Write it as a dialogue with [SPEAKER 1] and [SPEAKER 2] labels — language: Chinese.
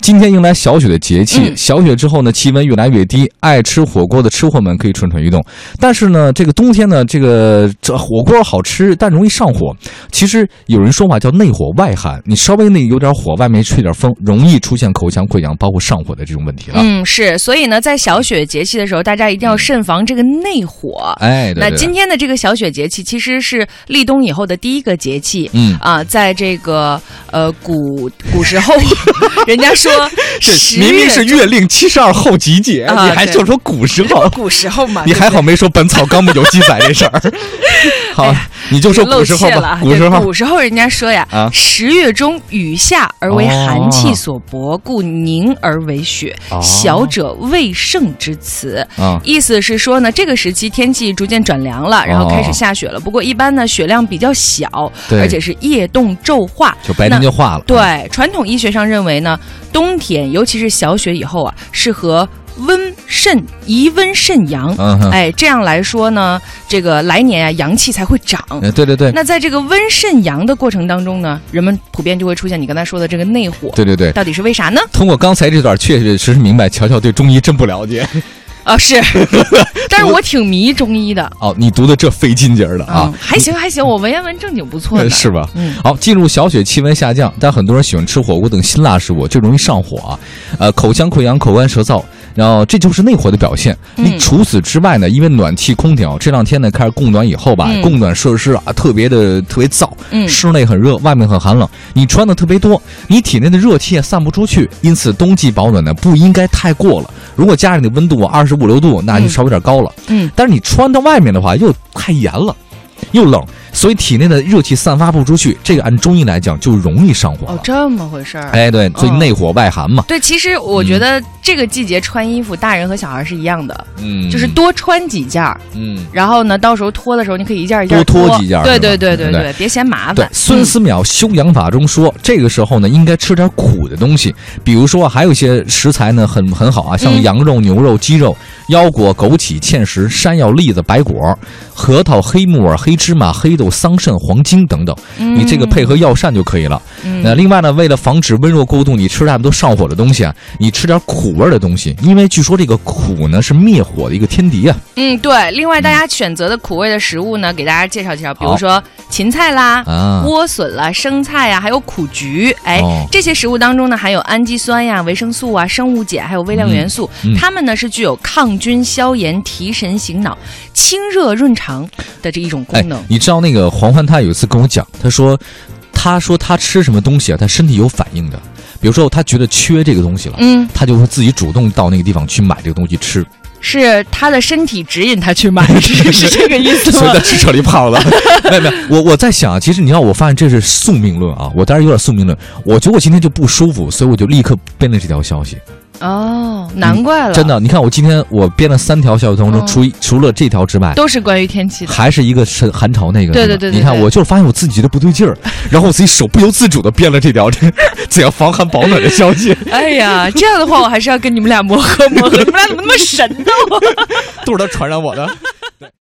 [SPEAKER 1] 今天迎来小雪的节气，
[SPEAKER 2] 嗯
[SPEAKER 1] 小雪之后呢，气温越来越低，爱吃火锅的吃货们可以蠢蠢欲动。但是呢，这个冬天呢，这个这火锅好吃，但容易上火。其实有人说法叫内火外寒，你稍微那有点火，外面吹点风，容易出现口腔溃疡，包括上火的这种问题了。
[SPEAKER 2] 嗯，是，所以呢，在小雪节气的时候，大家一定要慎防这个内火。
[SPEAKER 1] 哎，对
[SPEAKER 2] 那
[SPEAKER 1] 对
[SPEAKER 2] 今
[SPEAKER 1] 对，
[SPEAKER 2] 天的这个小雪节气其实是立冬以后的第一个节气。
[SPEAKER 1] 嗯，
[SPEAKER 2] 啊，在这个呃古古时 候，人家说十
[SPEAKER 1] 明明
[SPEAKER 2] 月
[SPEAKER 1] 是月令七十二候集结，
[SPEAKER 2] 啊
[SPEAKER 1] 你还
[SPEAKER 2] 对。
[SPEAKER 1] 就说古时候
[SPEAKER 2] 古时候嘛，
[SPEAKER 1] 你
[SPEAKER 2] 对不
[SPEAKER 1] 还
[SPEAKER 2] 对
[SPEAKER 1] 好没说《本草纲目》有记载这事儿，好，你就说古
[SPEAKER 2] 露
[SPEAKER 1] 时候
[SPEAKER 2] 怯了
[SPEAKER 1] 吧
[SPEAKER 2] 啊，。
[SPEAKER 1] 古
[SPEAKER 2] 对
[SPEAKER 1] 时候
[SPEAKER 2] 古时候人家说呀，
[SPEAKER 1] 啊
[SPEAKER 2] 十月中雨下而为寒气所薄，故凝而为雪。
[SPEAKER 1] 哦
[SPEAKER 2] 小者未盛之词。
[SPEAKER 1] 啊，
[SPEAKER 2] 意思是说呢，这个时期天气逐渐转凉了，然后开始下雪了。不过一般呢，雪量比较小，
[SPEAKER 1] 对
[SPEAKER 2] 而且是夜冻昼化。
[SPEAKER 1] 就白天
[SPEAKER 2] 那
[SPEAKER 1] 就化了。
[SPEAKER 2] 对，传统医学上认为呢，冬天尤其是小雪以后啊，适合温肾宜温肾阳。
[SPEAKER 1] 嗯哼，
[SPEAKER 2] 哎，这样来说呢，这个来年啊，阳气才会长。
[SPEAKER 1] 呃对对对，
[SPEAKER 2] 那在这个温肾阳的过程当中呢，人们普遍就会出现你刚才说的这个内火，
[SPEAKER 1] 对对对。
[SPEAKER 2] 到底是为啥呢？
[SPEAKER 1] 通过刚才这段，确确实实明白乔乔对中医真不了解。
[SPEAKER 2] 啊， 是，但是我挺迷中医的
[SPEAKER 1] 哦，你读的这费劲劲儿的啊
[SPEAKER 2] 嗯，，还行还行，我文言文正经不错
[SPEAKER 1] 呃
[SPEAKER 2] 的，
[SPEAKER 1] 是吧？
[SPEAKER 2] 嗯，
[SPEAKER 1] 好，进入小雪，气温下降，但很多人喜欢吃火锅等辛辣食物，就容易上火啊。呃，口腔溃疡、口干舌燥，然后这就是内火的表现。你
[SPEAKER 2] 嗯
[SPEAKER 1] 除此之外呢，因为暖气、空调这两天呢开始供暖以后吧，
[SPEAKER 2] 嗯
[SPEAKER 1] 供暖设施啊特别的特别燥，
[SPEAKER 2] 嗯
[SPEAKER 1] 室内很热，外面很寒冷，你穿的特别多，你体内的热气也散不出去，因此冬季保暖呢不应该太过了。如果家里的温度啊二十五六度，那就
[SPEAKER 2] 嗯
[SPEAKER 1] 稍微有点高了。
[SPEAKER 2] 嗯，
[SPEAKER 1] 但是你穿到外面的话又太严了，又冷，所以体内的热气散发不出去，这个按中医来讲就容易上火了。
[SPEAKER 2] 哦，这么回事儿。
[SPEAKER 1] 哎，嗯对，所以
[SPEAKER 2] 哦
[SPEAKER 1] 内火外寒嘛，
[SPEAKER 2] 对，其实我觉得这个季节穿衣服，大人和小孩是一样的，
[SPEAKER 1] 嗯，
[SPEAKER 2] 就是多穿几件儿，
[SPEAKER 1] 嗯。
[SPEAKER 2] 然后呢，到时候脱的时候你可以一件儿一件儿
[SPEAKER 1] 多脱几件儿
[SPEAKER 2] 对
[SPEAKER 1] 是吧
[SPEAKER 2] 对对对
[SPEAKER 1] 对
[SPEAKER 2] 对，别嫌麻
[SPEAKER 1] 对
[SPEAKER 2] 烦，。
[SPEAKER 1] 孙思邈《修养法》中说，这个时候呢，应该吃点苦的东西，比如说啊还有一些食材呢，很很好啊，像
[SPEAKER 2] 嗯
[SPEAKER 1] 羊肉、牛肉、鸡肉、腰果、枸杞、芡实、山药、栗子、白果、核桃、黑木耳、黑芝麻、黑豆、桑葚、黄精等等，
[SPEAKER 2] 嗯
[SPEAKER 1] 你这个配合药膳就可以了。
[SPEAKER 2] 嗯
[SPEAKER 1] 那另外呢，为了防止温热过度，你吃那么多上火的东西啊，你吃点苦味儿的东西，因为据说这个苦呢是灭火的一个天敌啊。
[SPEAKER 2] 嗯，对。另外，大家选择的苦味的食物呢，给大家介绍介绍，比
[SPEAKER 1] 好
[SPEAKER 2] 如说芹菜啦、
[SPEAKER 1] 啊，
[SPEAKER 2] 莴笋啦、生菜啊呀，还有苦菊。哎，
[SPEAKER 1] 哦
[SPEAKER 2] 这些食物当中呢，含有氨基酸呀、维生素啊、生物碱，还有微量元素。
[SPEAKER 1] 嗯嗯
[SPEAKER 2] 它们呢是具有抗菌、消炎、提神醒脑、清热润肠的这一种功能。
[SPEAKER 1] 哎、你知道那个黄欢他有一次跟我讲，他说，他说他吃什么东西啊，他身体有反应的。比如说他觉得缺这个东西了，
[SPEAKER 2] 嗯，
[SPEAKER 1] 他就会自己主动到那个地方去买这个东西 吃，
[SPEAKER 2] 是他的身体指引他去买，是是这个意思
[SPEAKER 1] 所以
[SPEAKER 2] 吗
[SPEAKER 1] 他？吃这里胖 了。没有没有，我我在想啊，其实你要我发现这是宿命论啊，我当然有点宿命论。我觉得我今天就不舒服，所以我就立刻编了这条消息。
[SPEAKER 2] 哦，难怪了，
[SPEAKER 1] 真的，你看我今天我编了三条消息当中，
[SPEAKER 2] 嗯
[SPEAKER 1] 除一除了这条之外。
[SPEAKER 2] 都是关于天气的。
[SPEAKER 1] 还是一个是寒潮那个，
[SPEAKER 2] 对
[SPEAKER 1] 是吧
[SPEAKER 2] 对对对
[SPEAKER 1] 你看
[SPEAKER 2] 对
[SPEAKER 1] 我就是发现我自己觉得不对劲儿，然后我自己手不由自主的编了这条这怎样防寒保暖的消息，
[SPEAKER 2] 哎 呀，这样的话，我还是要跟你们俩磨合磨合，你们俩怎么那么神呢？
[SPEAKER 1] 都是他传染我的。